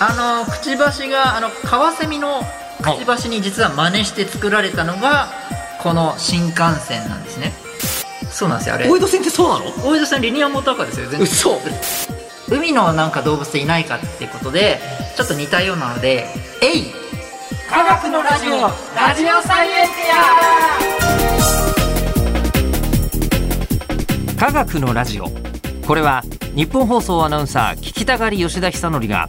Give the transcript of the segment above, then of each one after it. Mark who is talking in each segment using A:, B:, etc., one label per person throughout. A: あのくちばしがあのカワセミのくちばしに実は真似して作られたのがこの新幹線なんですねそうなんですよあれ
B: 大江戸線ってそうなの
A: 大江戸線リニアモーターカーですよ全然
B: 嘘
A: 海のなんか動物いないかってことでちょっと似たようなので「えい科学のラジオラジオサイエンテ
B: 科学のラジオこれは日本放送アナウンサー聞きたがり吉田久典が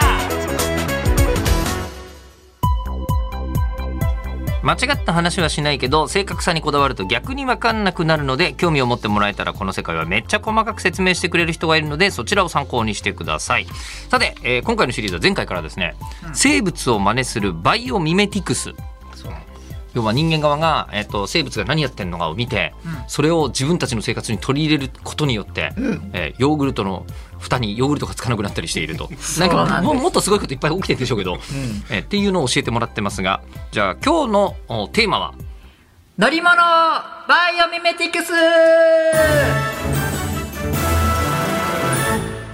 B: 間違った話はしないけど正確さにこだわると逆に分かんなくなるので興味を持ってもらえたらこの世界はめっちゃ細かく説明してくれる人がいるのでそちらを参考にしてくださいさて、えー今回のシリーズは前回からですね、生物を真似するバイオミメティクス要は人間側が、えー、と生物が何やってんのかを見て、
A: うん
B: それを自分たちの生活に取り入れることによって、えーヨーグルトの蓋にヨーグルトがつかなくなったりしていると
A: そうなんです
B: かももっとすごいこといっぱい起きてるでしょうけど、えーっていうのを教えてもらってますがじゃあ今日のおテーマは
A: 乗り物バイオミメティクス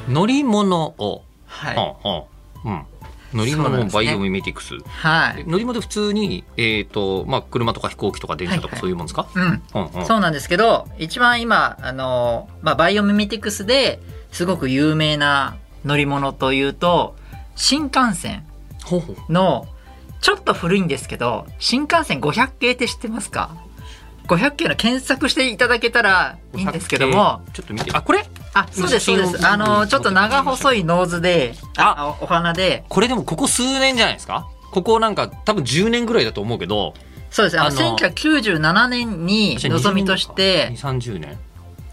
B: 乗り物を、
A: はい
B: うんうん乗り
A: そうな
B: 物
A: んです
B: バ
A: ね
B: イオミメティクス、
A: はい
B: 乗り物で普通に、えーとまあ、車とか飛行機とか電車
A: はい
B: とか
A: はい
B: そういうもんですか、
A: うん
B: うんうん
A: そうなんですけど一番今あの、まあ、バイオミメティクスですごく有名な乗り物というと新幹線
B: ほうほう
A: のちょっと古いんですけど新幹線500系って知ってますか500系の検索していただけたらいいんですけども
B: ちょっと見てあこれ
A: あそうですそうで
B: 写
A: す
B: 真を
A: あのちょっと長細いノーズであおお花で
B: これでもここ数年じゃないですかここなんか多分10年ぐらいだと思うけど
A: そうですあの
B: あの
A: 1997年にのぞみとして
B: 230年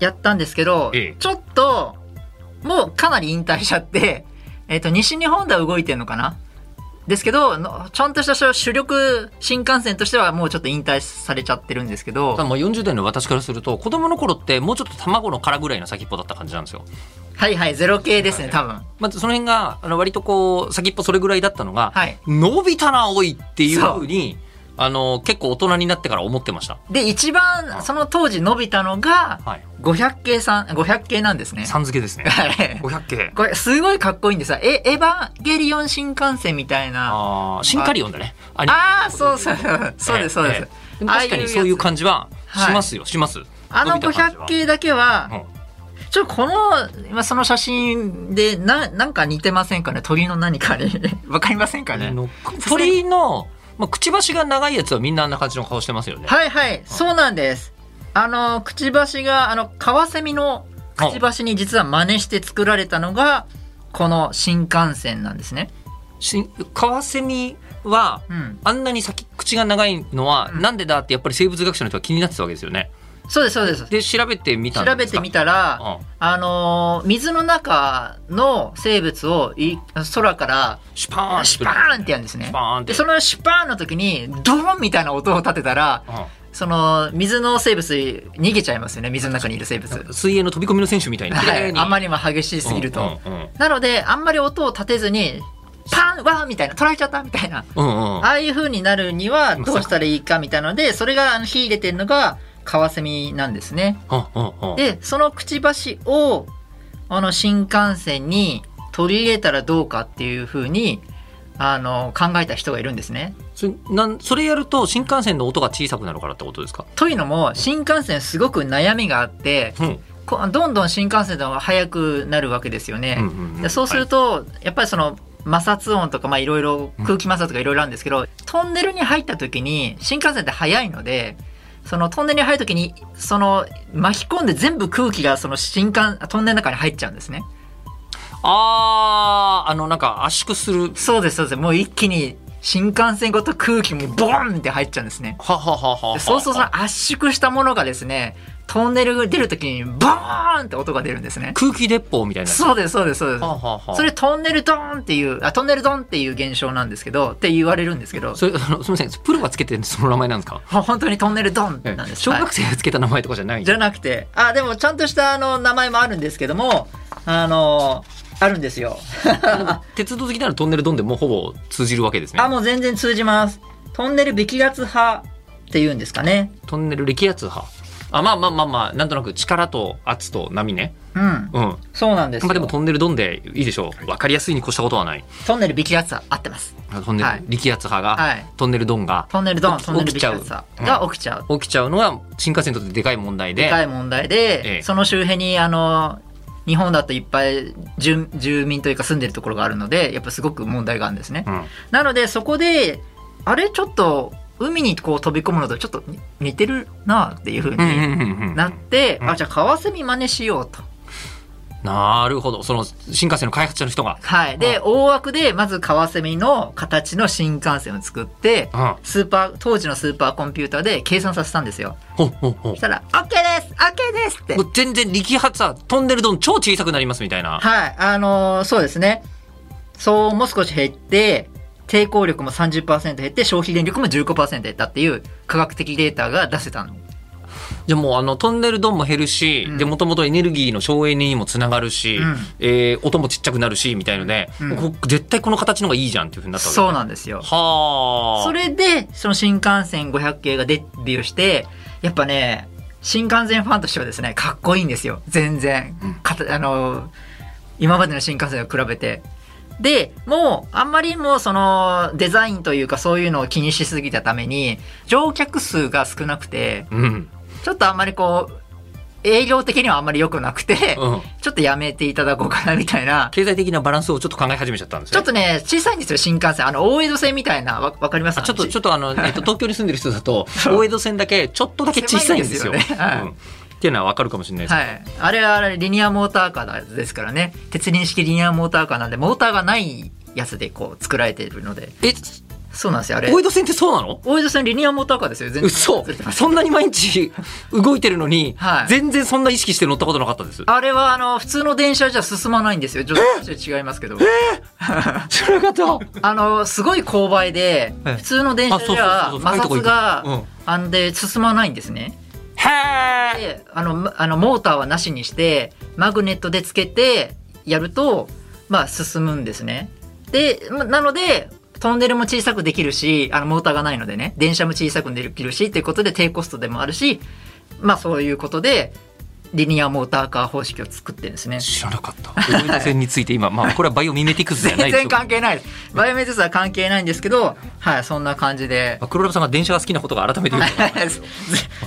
A: やったんですけど
B: ええ
A: ちょっともうかなり引退しちゃって、 えっと西日本では動いてるのかなですけどのちゃんとした主力新幹線としてはもうちょっと引退されちゃってるんですけど
B: ただまあ40代の私からすると子供の頃ってもうちょっと卵の殻ぐらいの先っぽだった感じなんですよ
A: はいはい、ゼロ系ですね、多分。
B: まあ、その辺があの割とこう先っぽそれぐらいだったのが、
A: はい
B: 伸びたなおいっていうふうにあの結構大人になってから思ってました、
A: で、一
B: う
A: 番、
B: ん
A: その当時伸びたのが、
B: はい、
A: 500系さん、500系なんですね。
B: さん付けです ね500系
A: これ、すごいかっこいいんですよ。え、エヴァンゲリオン新幹線みたいな。
B: あーシンカリオンだねあ
A: ああー、そうそう、そうです、そうです。
B: ええでも確かにそういう感じはしますよ、します
A: あの
B: 伸びた感じは
A: 500系だけ
B: う
A: は、
B: ん
A: ちょっとこの、今その写真で、な、なんか似てませんかね鳥の何かに。 わかりませんかね
B: の鳥の、まあ、くちばしが長いやつはみんなあんな感じの顔してますよね。
A: はいはい、そうなんです。あの、くちばしが、あの、カワセミのくちばしに実は真似して作られたのが、この新幹線なんですね。
B: しカワセミは、
A: うん。
B: あんなに先口が長いのは、
A: うん
B: なんでだってやっぱり生物学者の人は気になってたわけですよね。
A: そうです、そうです。
B: で調べてみたん
A: 調べ
B: です
A: て
B: か
A: みたら、
B: うん
A: あのー水の中の生物をい空から
B: シュパーン
A: シュパーンってやるんです
B: シ
A: ね
B: ュパーンって
A: でそのシュパーンの時にドーンみたいな音を立てたらその水の生物逃げちゃいますよね水の中にいる生物
B: うん、水泳の飛び込みの選手みたいに綺
A: は
B: 麗
A: い、
B: に
A: あまりにも激しすぎると、
B: うんうん
A: なので、あんまり音を立てずに、パンわーみたいな、取られちゃったみたいな。
B: うんうんうん
A: ああいう風になるにはどうしたらいいかみたいなので、それがあの火入れてるのがカワセミなんですね。
B: うんうんうん
A: で、そのくちばしを、あの新幹線に取り入れたらどうかっていう風に、あの、考えた人がいるんですね。
B: それなんそれやると新幹線の音が小さくなるからってことですか、
A: というのも、新幹線すごく悩みがあって、
B: うん
A: こどんどん新幹線の方が速くなるわけですよね。
B: うんうん
A: でそうする
B: と、
A: と、やっぱりその摩擦音とかまあいろいろ
B: うん
A: 空気摩擦とかいろいろあるんですけど、トンネルに入った時に新幹線って速いのでそのトンネルに入る時にその巻き込んで全部空気がその新幹トンネルの中に入っちゃうんですね
B: はいあーあのなんか圧縮する
A: そうですそうですもう一気に新幹線ごと空気もボーンって入っちゃうんですね
B: はははは
A: で
B: は
A: そうするとその圧縮したものがですねトンネル出るときにバーンって音が出るんですね。
B: 空気鉄砲みたいなやつ
A: そうです、そうです、そうです
B: は。あはあはあ
A: それトンネルドーンっていう、あ、トンネルドーンっていう現象なんですけど、って言われるんですけど、
B: それあのすみませんプロがつけてるその名前なんですか
A: ほ本当にトンネルドーンってなんです。
B: 小
A: はい
B: 学生がつけた名前とかじゃないん
A: じ
B: だ
A: ゃなくて、あ、でもちゃんとしたあの名前もあるんですけども、あの、あるんですよ。
B: 鉄道好きならトンネルドンでもうほぼ通じるわけですね
A: あ、もう全然通じます。トンネル激圧派っていうんですかね。
B: トンネル力圧派あまあまあまあまあなんとなく力と圧と波ね
A: うん。
B: うんま
A: そうなんですよ。
B: あでもトンネルドンでいいでしょうわかりやすいに越したことはない
A: トンネル激圧派合ってます。
B: トンネ
A: はい
B: ル力圧派が、
A: はい
B: トンネルドンが
A: トンネルドーン、
B: 起き
A: トンネル
B: 起き
A: 激
B: ちゃう
A: 圧派が起きちゃう。
B: 起きちゃうのは新幹線にとってでかい問題で
A: でかい問題
B: え
A: で、
B: え
A: その周辺にあの日本だといっぱい住住民というか住んでるところがあるのでやっぱすごく問題があるんですね、
B: うん、
A: なのでそこであれちょっと海にこう飛び込むのとちょっとに似てるなっていうふう
B: うん
A: に
B: うんうんうん
A: なって、
B: うん
A: あじゃあカワセミ真似しようと。
B: なるほどその新幹線の開発者の人が、
A: はい、で、大枠でまずカワセミの形の新幹線を作って
B: うん、
A: スーパー当時のスーパーコンピューターで計算させたんですよ。
B: ほほほ
A: そしたら「OK です !OK です!」って
B: もう全然力発はトンネルドン超小さくなりますみたいな
A: はい、あのーそうですね。騒音も少し減って、抵抗力も30%減って、消費電力も15%減ったっていう科学的データが出せたの。
B: じゃあもうあのトンネルドンも減るし、
A: うん
B: でもともとエネルギーの省エネにもつながるし、
A: うん
B: えー音もちっちゃくなるしみたいので、
A: うん
B: こ絶対この形の方がいいじゃんっていうふうになったわけ
A: そうなんですよ。
B: はあ
A: それで、その新幹線500系がデビューして、やっぱね、新幹線ファンとしてはですね、かっこいいんですよ。全然。かたあのー今までの新幹線と比べて。で、もう、あんまりもうその、デザインというかそういうのを気にしすぎたために、乗客数が少なくて、
B: うん
A: ちょっとあんまりこう、営業的にはあんまり良くなくて、
B: うん、
A: ちょっとやめていただこうかなみたいな。
B: 経済的なバランスをちょっと考え始めちゃったんです
A: ちょ
B: ね
A: っとね、小さいんですよ、新幹線。あの、大江戸線みたいな、わ、わかります
B: あちょっとちょ
A: っ
B: っとあの、えっと、東京に住んでる人 だと大江戸線だけちょっとだけ小さいんです
A: 狭
B: よ。
A: いんですよねはい
B: うんっていうのはわかるかもしれないですけど
A: はい。あれはあれ、リニアモーターカーですからね。鉄輪式リニアモーターカーなんで、モーターがないやつでこう、作られているので。
B: え
A: そうなんですよ、あれ。
B: 大江戸線ってそうなの
A: 大江戸線リニアモーターカーですよ、全
B: 嘘
A: 忘れてました
B: そんなに毎日動いてるのに、
A: はい
B: 全然そんな意識して乗ったことなかったです。
A: あれは、あの、普通の電車じゃ進まないんですよ。ちょっと違いますけど。
B: 知らなかった
A: あの、すごい勾配で
B: ええ、
A: 普通の電車じ
B: あ
A: ゃ
B: そうそうそう
A: 摩
B: 深いとこ
A: 擦
B: 行くうん
A: が、あんで進まないんですね。
B: へえ。
A: であのまあのモーターはなしにしてマグネットでつけてやると、まあ、進むんですねでまなのでトンネルも小さくできるしあのモーターがないのでね電車も小さくできるしということで低コストでもあるしまあそういうことでリニアモーターカー方式を作ってるんですね
B: 知らなかった。 大江戸線について今、まあ、これはバイオミネティクスじゃない
A: 全然
B: ですよ。
A: 関係ないですバイオメディスは関係ないんですけどはいそんな感じで
B: まあ、黒ラブさんが電車が好きなことが改めて言う と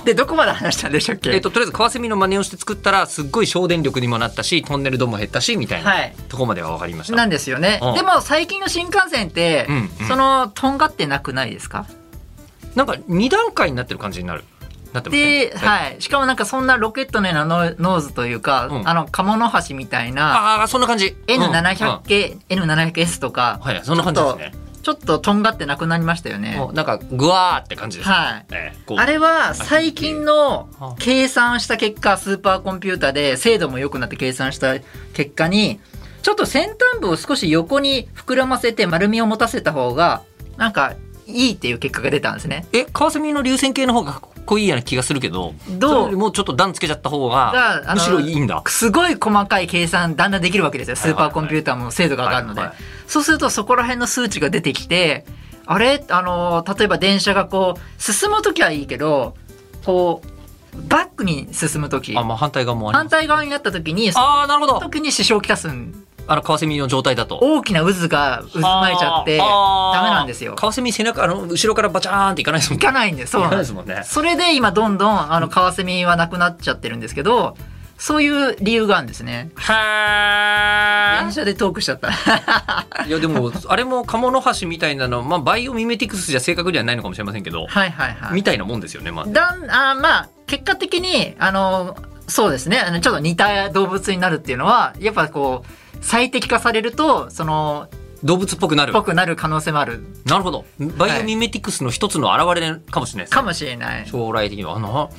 A: でどこまで話したんでしたっけ、
B: えっと、とりあえずカワセミの真似をして作ったらすっごい省電力にもなったしトンネルドンも減ったしみたいな、
A: はい
B: とこまでは分かりました
A: なんですよね
B: うん。
A: でも最近の新幹線って、
B: うんうん
A: そのとんがってなくないですか？
B: なんか2段階になってる感じになるなってますね
A: で、はい。しかもなんかそんなロケットのようなノノーズというか、
B: うん
A: あの鴨の橋みたいな
B: ああそんな感じ
A: N700
B: うん
A: 系、N700S とか、
B: はいそんな感じですね
A: ちょっととんがってなくなりましたよね。
B: もうなんかグワーって感じです、
A: はい。
B: ええこう
A: あれは最近の
B: あ
A: 計算した結果スーパーコンピューターで精度も良くなって計算した結果にちょっと先端部を少し横に膨らませて丸みを持たせた方がなんかいいっていう結果が出たんですね。
B: えカワセミの流線形の方がかっこいいような気がするけど
A: どう
B: それよりもうちょっと段つけちゃった方が
A: があの
B: むしろいいんだ
A: すごい細かい計算だんだんできるわけですよス
B: はい
A: ー
B: はい
A: パ
B: はい
A: ーコンピューターも精度が上がるので
B: はいはい
A: そうするとそこら辺の数値が出てきてあれあの例えば電車がこう進む時はいいけどこうバックに進む時
B: あまあ反対側もあり
A: 反
B: ます
A: 対側になった時にそ
B: ああなるほど
A: 時に支障をきたすん
B: あのカワセミの状態だと
A: 大きな渦が渦巻いちゃってダメなんですよ
B: カワセミ背中あの後ろからバチャーンっていかないですもん
A: いかないんですそうなん
B: いかな
A: で
B: いです
A: す
B: もんね
A: それで今どんどんあのカワセミはなくなっちゃってるんですけどそういう理由があるんですね電
B: は
A: 車でトークしちゃった
B: いやでもあれもカモノハシみたいなのまあバイオミメティクスじゃ正確ではないのかもしれませんけど
A: はいはいはい
B: みたいなもんですよねまあ
A: だんあーまあ結果的にあのそうですねあのちょっと似た動物になるっていうのはやっぱこう最適化されるとその
B: 動物っぽくなる
A: ぽくなる可能性もある
B: なるほどバイオミメティクスの一つの表れかもしれないですね
A: かもしれない
B: 将来的にはあの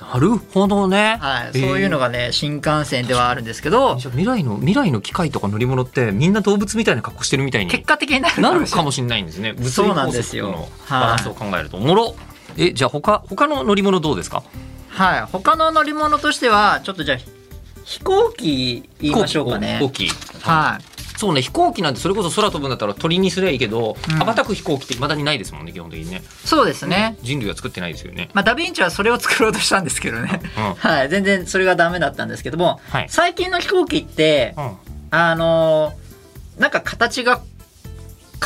B: なるほどね。
A: はい、そういうの
B: が。
A: がね新幹線ではあるんですけど
B: じゃあ未来の未来の機械とか乗り物ってみんな動物みたいな格好してるみたいに
A: 結果的になる
B: なるか
A: も
B: もしれないんですね。
A: そうなんですよ
B: 物理法則のバランスを考えるとおもろ。えじゃあ他他の乗り物どうですか。
A: はい他の乗り物としてはちょっとじゃあ飛行機言いましょうかね
B: 飛行機。
A: はい
B: そうね飛行機なんてそれこそ空飛ぶんだったら鳥にすりゃいいけど、
A: うん
B: 羽ばたく飛行機っていまだにないですもんね基本的にね。
A: そうですね、
B: 人類は作ってないですよね。
A: まあ、ダ・ヴィンチはそれを作ろうとしたんですけどね
B: うん。は
A: はい全然それがダメだったんですけども
B: い。
A: 最近の飛行機って
B: うん
A: あのーなんか形が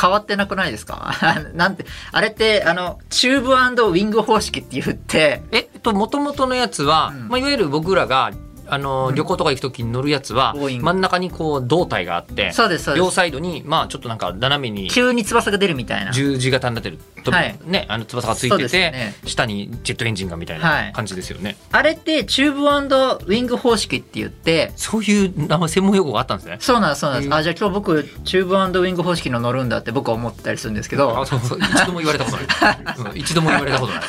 A: 変わってなくないですか なんてあれってあのチューブウィング方式って言って
B: えっと元々のやつは、
A: うん
B: まあ、いわゆる僕らがあの、
A: うん
B: 旅行とか行く時に乗るやつは
A: ボーイング
B: 真ん中にこう胴体があって
A: そうですそうで
B: 両
A: す
B: サイドにまあちょっとなんか斜めに
A: 急に翼が出るみたいな
B: 十字型になってると、
A: はい
B: ねあの翼がつい
A: そう
B: て
A: です
B: て、
A: よね
B: 下にジェットエンジンがみたい
A: は
B: ない感じですよね、
A: あれってチューブウィング方式って言って
B: そういう名前専門用語があったんですね
A: そうなんですそうなんです、
B: うん
A: あじゃあ今日僕チューブウィング方式の乗るんだって僕は思ったりするんですけど
B: あそうそう一度も言われたことない、 うん一度も言われたことない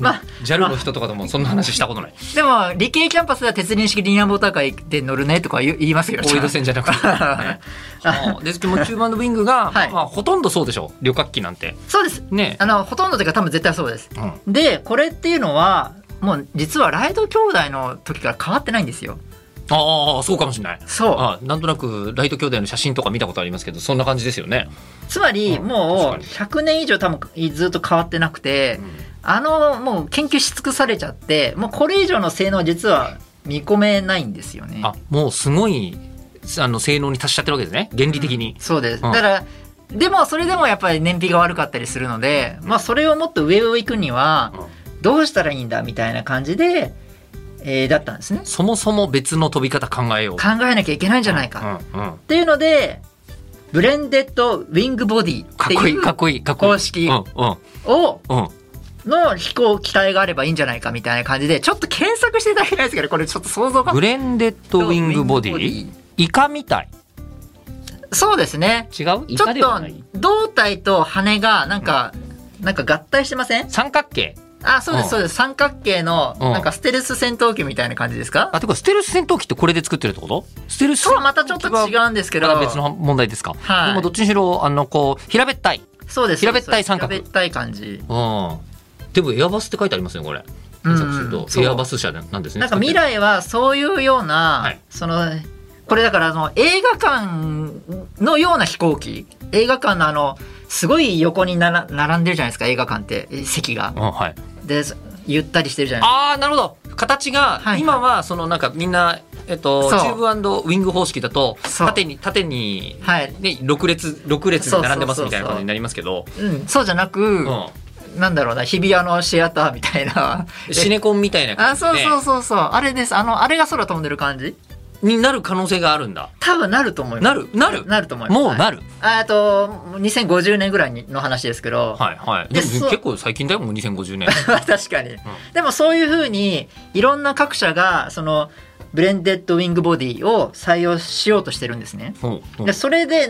A: まあ
B: JAL の人とかともそんな話したことない
A: でも理系キャンパスでは鉄輪式リニアモーターカーで乗るねとか言い言いますよ
B: 大江戸線じ ゃなくて、ねはあ、ですけどもチューバンドウィングが、
A: はい
B: まあ、ほとんどそうでしょう旅客機なんて
A: そうです
B: ね
A: あのほとんどというか多分絶対そうです
B: うん
A: でこれっていうのはもう実はライド兄弟の時から変わってないんですよ
B: ああそうかもしれない
A: そ
B: あなんとなくライト兄弟の写真とか見たことありますけどそんな感じですよね、
A: うつまり
B: うん
A: もう
B: 確
A: 100年以上多分ずっと変わってなくてあのもう研究し尽くされちゃってもうこれ以上の性能は実は見込めないんですよね
B: あもうすごいあの性能に達しちゃってるわけですね原理的に、
A: そうです
B: うん
A: だからでもそれでもやっぱり燃費が悪かったりするのでまあそれをもっと上を行くには
B: うん
A: どうしたらいいんだみたいな感じでえーだったんですね
B: そもそも別の飛び方考えよう
A: 考えなきゃいけないんじゃないか
B: うんうん
A: っていうのでブレンデッドウィングボディっ
B: か
A: て
B: っこい
A: い
B: いうかっこいいかっこいい
A: 公式
B: うんうん
A: を
B: うん
A: の飛行機体があればいいんじゃないかみたいな感じでちょっと検索していただきたいですけどこれちょっと想像が
B: ブレンデッドウィングボディ
A: ウィングボ
B: イカみたい
A: そうですね
B: 違うイ
A: ちょ
B: カ
A: っ
B: ではな
A: と
B: い
A: 胴体と羽がなんか、なんか合体してません
B: 三角形
A: あそうで
B: うん
A: すそうです三角形の
B: うん
A: なんかステルス戦闘機みたいな感じですか
B: あてかステルス戦闘機ってこれで作ってるってことステルス
A: とはまたちょっと違
B: う
A: うんですけ
B: け
A: ど
B: 別の問題ですか、
A: はい
B: でもどっちにしろあのこう平べったい
A: そうです
B: 平べったい三角
A: 平べったい感じ
B: うんでもエアバスって書いてありますねこれ検索する
A: うんうん
B: と
A: そう
B: エアバス社なんですね
A: なんか未来はそういうような、
B: はい
A: そのこれだからあの映画館のような飛行機映画館のあのすごい横になら並んでるじゃないですか映画館ってえ席が
B: うんはい、
A: でそゆったりしてるじゃない
B: ああなるほど形が、
A: はい
B: 今はそのなんかみんな、えっと、チ
A: そう
B: ューブウィング方式だと
A: そう
B: 縦に縦に、
A: ですかはい、
B: ね、6列六列に並んでます
A: そうそうそうそう
B: みたいな感じになりますけど、
A: うん、そうじゃなく、
B: う
A: なんだろうな日比谷のシアターみたいな
B: ん、シネコンみたいな
A: あ
B: 感じ
A: そうそう
B: で
A: そうそうあれですあのあれが空飛んでる感じ
B: になる可能性があるんだ
A: 多分なると思います
B: なるなる
A: なると思います
B: もうな
A: る
B: る
A: あと2050年ぐらいにの話ですけど、
B: はいはい
A: で
B: でも
A: そう
B: 結構最近だよもう2050年
A: まあ確かに、でもそういうふうにいろんな各社がそのブレンデッドウィングボディを採用しようとしてるんですね
B: うんうん
A: でそれで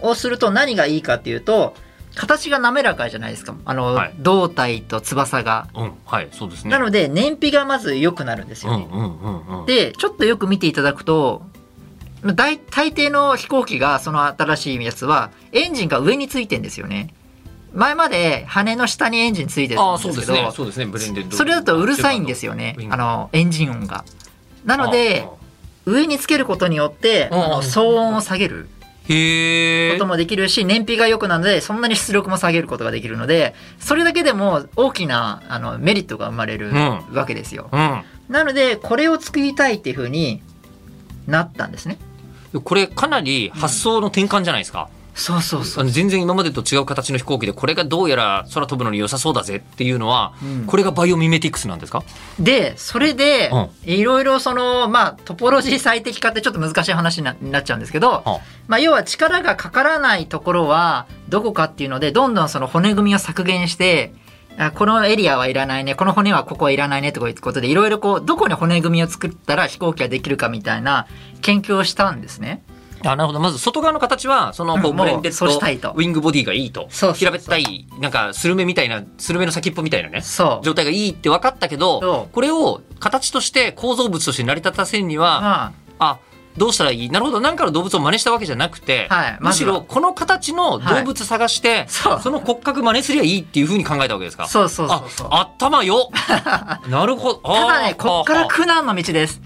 A: うんをすると何がいいかっていうと形が滑らかじゃないですかあの、
B: はい
A: 胴体と翼が
B: うんはいそうですね
A: なので燃費がまず良くなるんです
B: うん
A: よ、
B: う
A: ね
B: んうんうん
A: でちょっとよく見ていただくと大大抵の飛行機がその新しいやつはエンジンが上についてんですよね前まで羽の下にエンジンついてた
B: あ
A: ん
B: あ
A: です
B: そ
A: け
B: う
A: ど
B: ですねそうですねブレンデッド
A: それだとうるさいんです
B: よ
A: よね
B: ウィング
A: あのエンジン音がなので上につけることによって
B: うんうん
A: あの騒音を下げる
B: へ
A: こ
B: え
A: ともできるし燃費が良くなるのでそんなに出力も下げることができるのでそれだけでも大きなあのメリットが生まれる
B: ん
A: わけですよ
B: うん
A: なのでこれを作りたいっていうふうになったんですね
B: これかなり発想の転換じゃないですか、
A: そうそうそ
B: あ
A: う
B: の全然今までと違う形の飛行機でこれがどうやら空飛ぶのに良さそうだぜっていうのは、
A: うん
B: これがバイオミメティクスなんですか
A: でそれで
B: うん
A: いろいろそのまあトポロジー最適化ってちょっと難しい話になになっちゃうんですけど、
B: は
A: まあ、要は力がかからないところはどこかっていうのでどんどんその骨組みを削減してあこのエリアはいらないねこの骨はここはいらないねとかいうことでいろいろこうどこに骨組みを作ったら飛行機ができるかみたいな研究をしたんですね。
B: あなるほどまず外側の形はそのこう
A: うん
B: ブレンデ
A: もうそうした
B: ッ
A: い
B: ド
A: と
B: ウィングボディがいいと
A: そうそうそう
B: 平べったいなんかスルメみたいなスルメの先っぽみたいなね
A: そう。
B: 状態がいいって分かったけ
A: そ
B: どこれを形として構造物として成り立たせるには
A: ま
B: あどうしたらいいなるほど何かの動物を真似したわけじゃなくて、
A: はい
B: む
A: ま
B: し
A: ずは
B: ろこの形の動物探して、
A: そう
B: その骨格真似すりゃいいっていうふうに考えたわけですか
A: あ、そうそうそうそう。
B: あ 頭よなるほど
A: た
B: た
A: だね、こっから苦難の道です。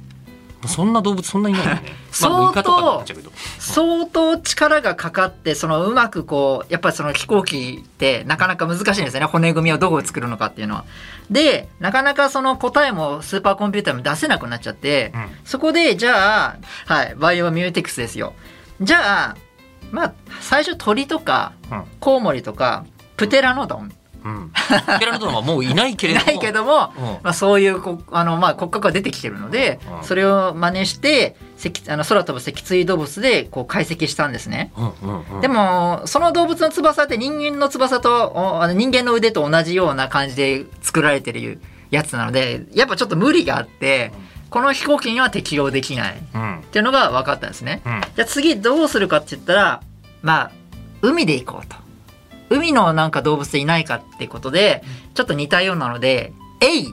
B: そんな動物そんないない よね
A: 相当
B: まあ、文化とかになっちゃうけど
A: 相当力がかかってそのうまくこうやっぱりその飛行機ってなかなか難しいんですよね骨組みをどこを作るのかっていうのは。でなかなかその答えもスーパーコンピューターも出せなくなっちゃって、
B: うん
A: そこでじゃあ、はい、バイオミューテックスですよ。じゃあまあ最初鳥とか
B: うん
A: コウモリとかプテラノドン
B: うんペラノドンはもういないけ
A: い
B: れど
A: ない
B: も
A: けども、
B: うん
A: まあ、そういうこあの、まあ、骨格が出てきてるので、
B: うん
A: それを真似して脊あの空飛ぶ脊椎動物でこう解析したんですね。
B: うんうんうん
A: でもその動物の翼って人間の翼とおあの人間の腕と同じような感じで作られてるやつなのでやっぱちょっと無理があってこの飛行機には適用できないっ
B: うん
A: ていうのが分かったんですね。
B: うん
A: じゃあ次どうするかって言ったらまあ海で行こうと海のなんか動物でいないかってことでちょっと似たようなので「エイ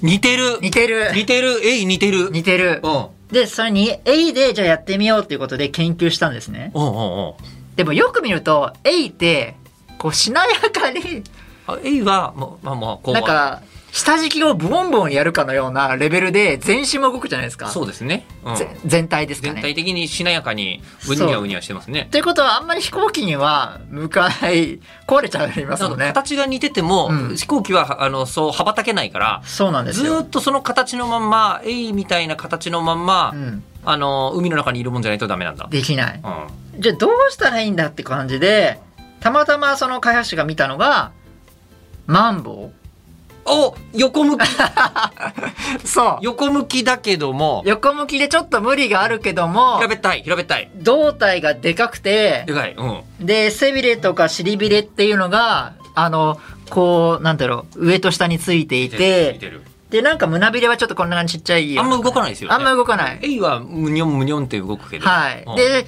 B: 似てる
A: 似てる
B: 似てるえい似てる
A: 似てる
B: うんうん
A: でそれに「エイでじゃあやってみようっていうことで研究したんですね
B: うんうん
A: でもよく見ると「エイってこうしなやかに
B: あえいはまあまあまあこう
A: なんか下敷きをボンボンやるかのようなレベルで全身も動くじゃないですか
B: そうですね、うん
A: ぜ全体ですか
B: 全
A: ね
B: 体的にしなやかにうにゃうにゃしてますね
A: ということはあんまり飛行機には向かない壊れちゃいます
B: な
A: も
B: の
A: ん
B: で
A: ね
B: 形が似てても、
A: うん
B: 飛行機はあのそう羽ばたけないから
A: そうなんです
B: ずー
A: よ
B: っとその形のまんまエイみたいな形のまんま、
A: うん、
B: あの海の中にいるもんじゃないとダメなんだ、
A: できない
B: うん
A: じゃあどうしたらいいんだって感じでたまたまその開発者が見たのがマンボ
B: お 横向き
A: ウそう
B: 横向きだけども
A: 横向きでちょっと無理があるけども
B: 平べったい平べったい
A: 胴体がでかくて
B: でかいうん
A: で背びれとか尻びれっていうのがあのこうなんだろう上と下についてい
B: 似てる
A: て
B: 似てる
A: でなんか胸びれはちょっとこんなにちっちゃい
B: あんま動かないですよね
A: あんま動かない
B: エイはむにょんむにょんって動くけど
A: はい、
B: うん
A: で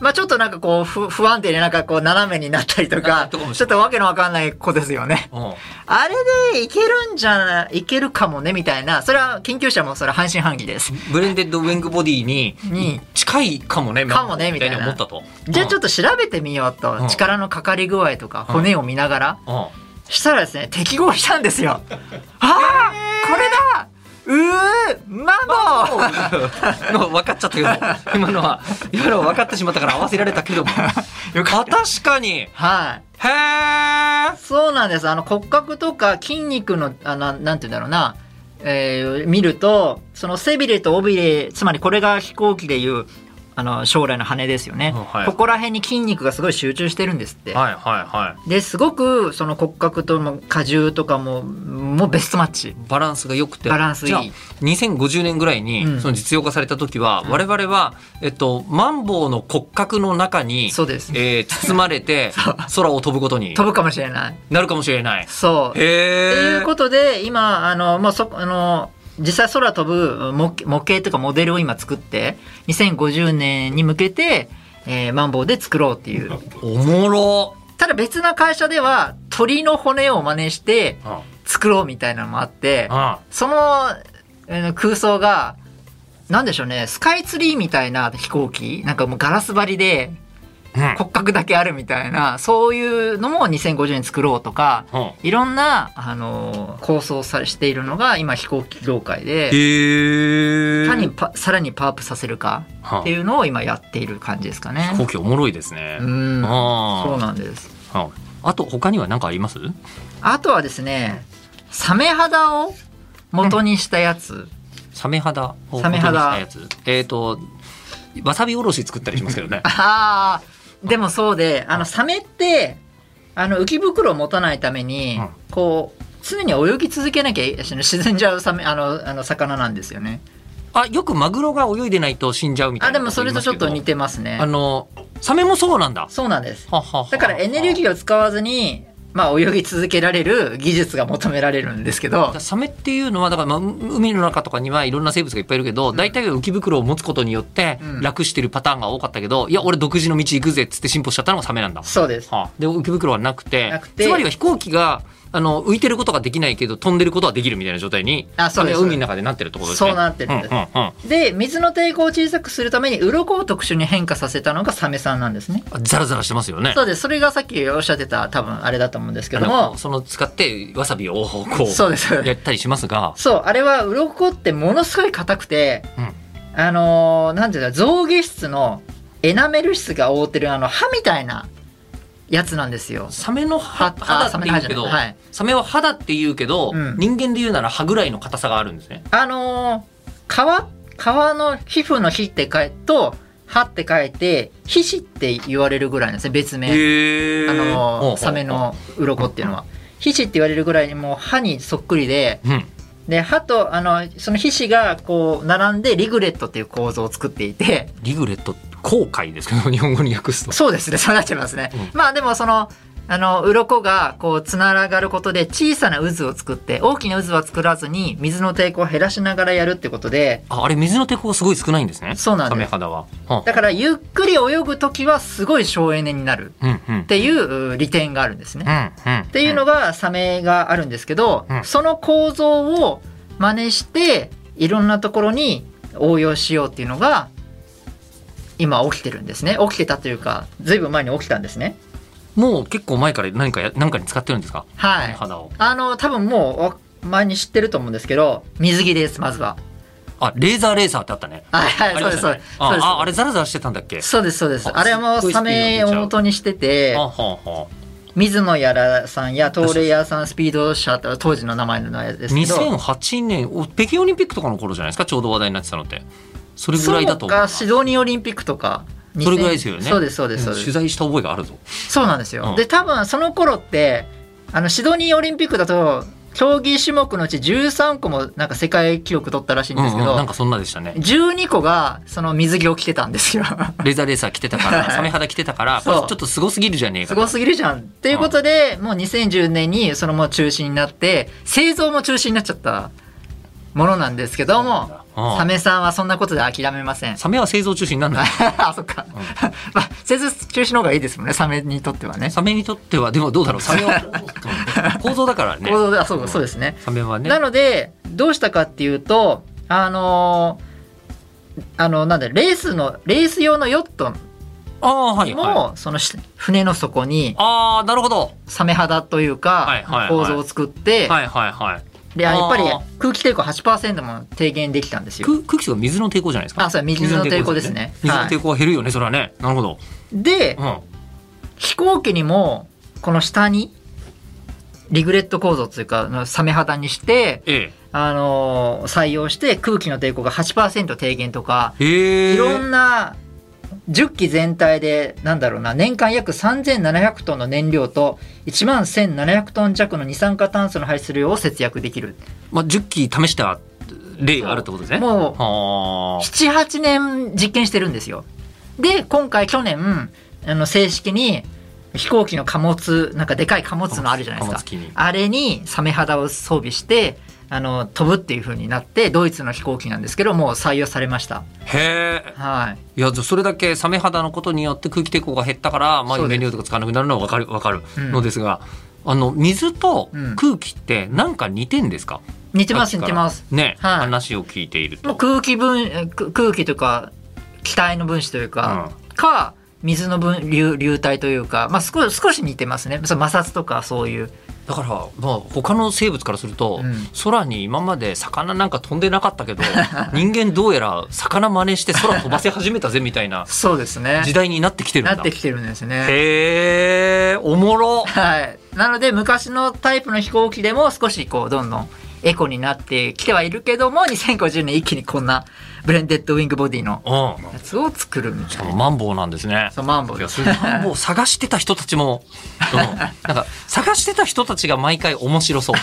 A: まあちょっとなんかこう不不安定でなんかこう斜めになったりと
B: あ
A: か
B: とかもし
A: ち
B: れ
A: ょっとわけのわかんない子ですよね
B: うん
A: あれでいけるんじゃないいけるかもねみたいなそれは研究者もそれは半信半疑です
B: ブレンデッドウィングボディに
A: に
B: 近いかもね
A: かもねみたいな
B: 思ったと
A: じゃあちょ
B: っ
A: っと調べてみようと、
B: うん
A: 力のかかり具合とか骨を見ながら、
B: と
A: したらですね適合したんですよああこれだうーマンボウ
B: の分かっちゃったけど今のは今のは分かってしまったから合わせられたけども よかった確かにへ
A: はい
B: え
A: そうなんですあの骨格とか筋肉のあななんて言うんだろうな、えー見るとその背びれと尾びれつまりこれが飛行機でいうあの将来の羽ですよね、
B: うんはい
A: ここら辺に筋肉がすごい集中してるんですって、
B: はいはいは
A: ですごくその骨格とも荷重とかももうベストマッチ
B: いバランスが良くて
A: バランスいい
B: じゃあ2050年ぐらい
A: うん
B: にその実用化された時は、我々は、えっと、マンボウの骨格の中に
A: そうです
B: えー包まれ て
A: そう
B: 空を飛ぶことに
A: 飛ぶかもしれない
B: なるかもしれない
A: そう
B: へえ
A: っていうことで今あの、まあ、そあの実際空飛ぶ模型模型とかモデルを今作って2050年に向けて、えーマンボウで作ろうっていう
B: おもろ
A: ただ別な会社では鳥の骨を真似して
B: あ
A: 作ろうみたいなのもあって
B: あ
A: その、えー空想がなんでしょうねスカイツリーみたいな飛行機なんかもうガラス張りで
B: うん
A: 骨格だけあるみたいなそういうのも2050年作ろうとか
B: うん
A: いろんな、あのー構想さしているのが今飛行機業界で、
B: へえ
A: さらにパさらにパワーアップさせるかっていうのを今やっている感じですかね
B: 飛。行機おもろいですね。
A: うん、
B: あー
A: そうなんです。
B: はいあと他には何かあります？
A: あとはですね、サメ肌を元にしたやつ。
B: サメ肌を
A: サメ肌。
B: 元にしたやつ。えっ、とわさびおろし作ったりしますけどね
A: ああ、 でもそうで、あのサメってあの浮き袋を持たないために、
B: うん
A: こう常に泳ぎ続けなきゃ沈んじゃうサメあのあの魚なんですよね。
B: あよくマグロが泳いでないと死んじゃうみた
A: あ、
B: い
A: で
B: なこ
A: もそれ
B: 言い
A: と
B: ます
A: ちょ
B: け
A: っ
B: ど。
A: と似てますね
B: あ。のサメもそうなんだ。
A: そうなんです。
B: ははは
A: だからエネルギーを使わずにまあ、泳ぎ続けられる技術が求められるんですけど
B: だからサメっていうのはだからまあう海の中とかにはいろんな生物がいっぱいいるけど、大体が浮き袋を持つことによって
A: うん
B: 楽してるパターンが多かったけど、いや俺独自の道行くぜっつって進歩しちゃったのがサメなんだ。
A: そうです
B: はあで浮き袋はなくて
A: なくて
B: つまりは飛行機があの浮いてることができないけど飛んでることはできるみたいな状態に
A: あそうです
B: れは海の中でなってるってことですね。
A: そうなってるんです
B: うんうんうん
A: で水の抵抗を小さくするために鱗を特殊に変化させたのがサメさんなんですね
B: あザラザラしてますよね。
A: そうですそれがさっきおっしゃってた多分あれだと思うんですけど
B: あの
A: も
B: その使ってわさびをこ
A: そう
B: う
A: です
B: やったりしますが、
A: そうあれは鱗ってものすごい硬くて
B: うん
A: あのーなんていうか象牙質のエナメル質が覆ってるあの歯みたいなやつなんですよ
B: サメの歯
A: はあ
B: 肌って言
A: サメの歯
B: うけ
A: じゃ
B: ど、
A: ないはい
B: サメは肌って言うけど、
A: うん
B: 人間で言うなら歯ぐらいの硬さがあるんですね。
A: あのー皮皮の皮膚の皮って書いと歯って書いて皮脂って言われるぐらいなんですね別名
B: へ
A: あのーサメ。
B: ほうほうほ
A: の鱗っていうのは皮脂って言われるぐらいにもう歯にそっくりで
B: ううん。
A: で歯とあのその皮脂がこう並んでリグレットっていう構造を作っていて
B: リグレット後悔ですけど日本語に訳すと。
A: そうですねそうなっちゃいますね、
B: う
A: まあでもそのあの鱗がこうつながることで小さな渦を作って大きな渦は作らずに水の抵抗を減らしながらやるってことで
B: ああれ水の抵抗がすごい少ないんですね。
A: そうなんです
B: サメ肌は。は
A: だからゆっくり泳ぐ時はすごい省エネになる
B: うんうん。
A: っていうう利点があるんですね
B: う。んうん。っ
A: っていうのがサメがあるんですけど、
B: うん
A: その構造を真似していろんなところに応用しようっていうのが今起きてるんですね起きてたというかずいぶん前に起きたんですね
B: もう結構前から何かや何かに使ってるんですか。
A: は
B: サメ
A: い
B: 肌を。
A: あの多分もうお前に知ってると思うんですけど水着ですまずは
B: あレーザーレーサーってあったね。
A: はいはい
B: あり
A: そう
B: ま
A: で
B: し
A: すそ
B: た
A: う
B: ね
A: ですそうです
B: あああれザラザラしてたんだっけ。
A: そうですそうです
B: あ
A: あれはも
B: すっご
A: う
B: いスピ
A: サ
B: ードで
A: メを元にしてて
B: あはあはあ。
A: 水野やらさんや東レイヤーさんスピード社と当時の名前のやつですけど
B: 2008年お北京オリンピックとかの頃じゃないですかちょうど話題になってたのってそれぐらいだと思
A: そ
B: う
A: う
B: な
A: かシドニーオリンピックとか
B: それぐらいですよね
A: そうですそうですそううんです、
B: 取材した覚えがあるぞ
A: そうなんですよ、
B: うん
A: で多分その頃ってあのシドニーオリンピックだと競技種目のうち13個もなんか世界記録取ったらしいんですけ
B: うん
A: ど、
B: うんなんかそんなでしたね
A: 12個がその水着を着てたんですよ
B: レーザーレーサー着てたからサメ肌着てたからこ
A: そ
B: れ
A: う
B: ちょっとすごすぎるじゃねえ
A: す
B: か
A: ごすぎるじゃんっていうことで、もう2010年にそのもう中止になって製造も中止になっちゃったものなんですけども、
B: うん
A: サメさんはそんなことで諦めません
B: サメは製造中止になんない
A: あ、そっか。 まあ、製造中止の方がいいですもんね、サメにとってはね。
B: サメにとってはでもどうだろ うサメは構造だからね
A: 構造で、あ、そううんそうですね。
B: サメはね
A: なので、どうしたかっていうと、あのーあの、なんだ、レースの、レース用のヨット
B: ああはい
A: に
B: はい
A: も、そのし船の底に、
B: ああなるほど
A: サメ肌という
B: はいはいは
A: か
B: い、
A: 構造を作って、
B: はいはいはい
A: で、あやっぱり
B: あ
A: 空気抵抗8%も低減できたんですよ。
B: く空気とか水の抵抗じゃないですか
A: あそう水の抵抗ですね
B: 水の
A: はい
B: 抵抗は減るよねそれはねなるほど
A: で
B: う、ん
A: 飛行機にも、この下に、リグレット構造というか、サメ肌にして、
B: え
A: あのー採用して空気の抵抗が8%低減とか、
B: えへえ
A: いろんな10機全体でなんだろうな年間約3700トンの燃料と1万1700トン弱の二酸化炭素の排出量を節約できる
B: まあ、10機試した例があるってことですね。
A: もう
B: はあ
A: 78年実験してるんですよで今回去年あの正式に飛行機の貨物なんかでかい貨物のあるじゃないですか
B: 貨物機に
A: あれにサメ肌を装備してあの飛ぶっていう風になってドイツの飛行機なんですけどもう採用されました
B: へえ。
A: はい
B: いや、じゃあそれだけサメ肌のことによって空気抵抗が減ったから、まあ、
A: そうです
B: 燃料とか使わなくなるのはわかる、わかる
A: うん
B: のですが、あの、水と
A: うん
B: 空気ってなんか似てんですか、
A: 似てます
B: さっ
A: 似
B: き
A: て
B: から
A: ます
B: ね、
A: はい
B: 話を聞いていると。
A: もう空気分えく空気というか気体の分子というか、か水の分流流体というか、まあ、少し少し似てますねそう摩擦とかそういう
B: だから、まあ、他の生物からすると、
A: うん
B: 空に今まで魚なんか飛んでなかった けど、人間どうやら魚真似して空飛ばせ始めたぜみたい な
A: そうですね
B: 時代になってきてるんだ。
A: なってきてるんですね
B: へえ、おもろ。
A: はいなので昔のタイプの飛行機でも少しこうどんどんエコになってきてはいるけども、2050年一気にこんなブレンデッドウィングボディの
B: うん
A: やつを作るみ
B: したか
A: い
B: も
A: な。
B: マンボウなんですね
A: そう、マンボウ
B: いや
A: です。
B: それマンボウ探してた人たちも、うん、なんか探してた人たちが毎回面 白そう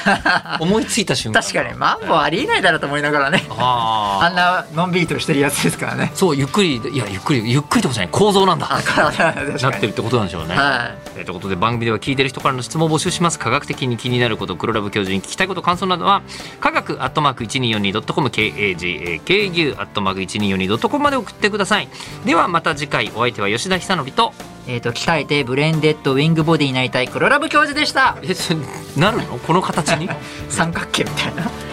B: 思いついた瞬間
A: 確かに、マンボウありえないだろうと思いながらね。
B: あ
A: あ
B: あ
A: んなのんびりとしてるやつですからね。
B: そうゆっくりいやゆっくりゆっくりってことじゃない構造なんだ
A: あ、体、確か
B: な
A: に。
B: ってるってことなんでしょうね、
A: は
B: えーということで番組では聞いてる人からの質問を募集します科学的に気になること黒ラブ教授に聞きたいこと感想などは科学アットマーク 1242.com KAGAKU アットマーク 1242.com まで送ってくださいではまた次回お相手は吉田久典と
A: い。えっ、と、鍛えてブレンデッドウィングボディになりたい黒ラブ教授でした。
B: えそれなるのこの形に
A: 三角形みたいな。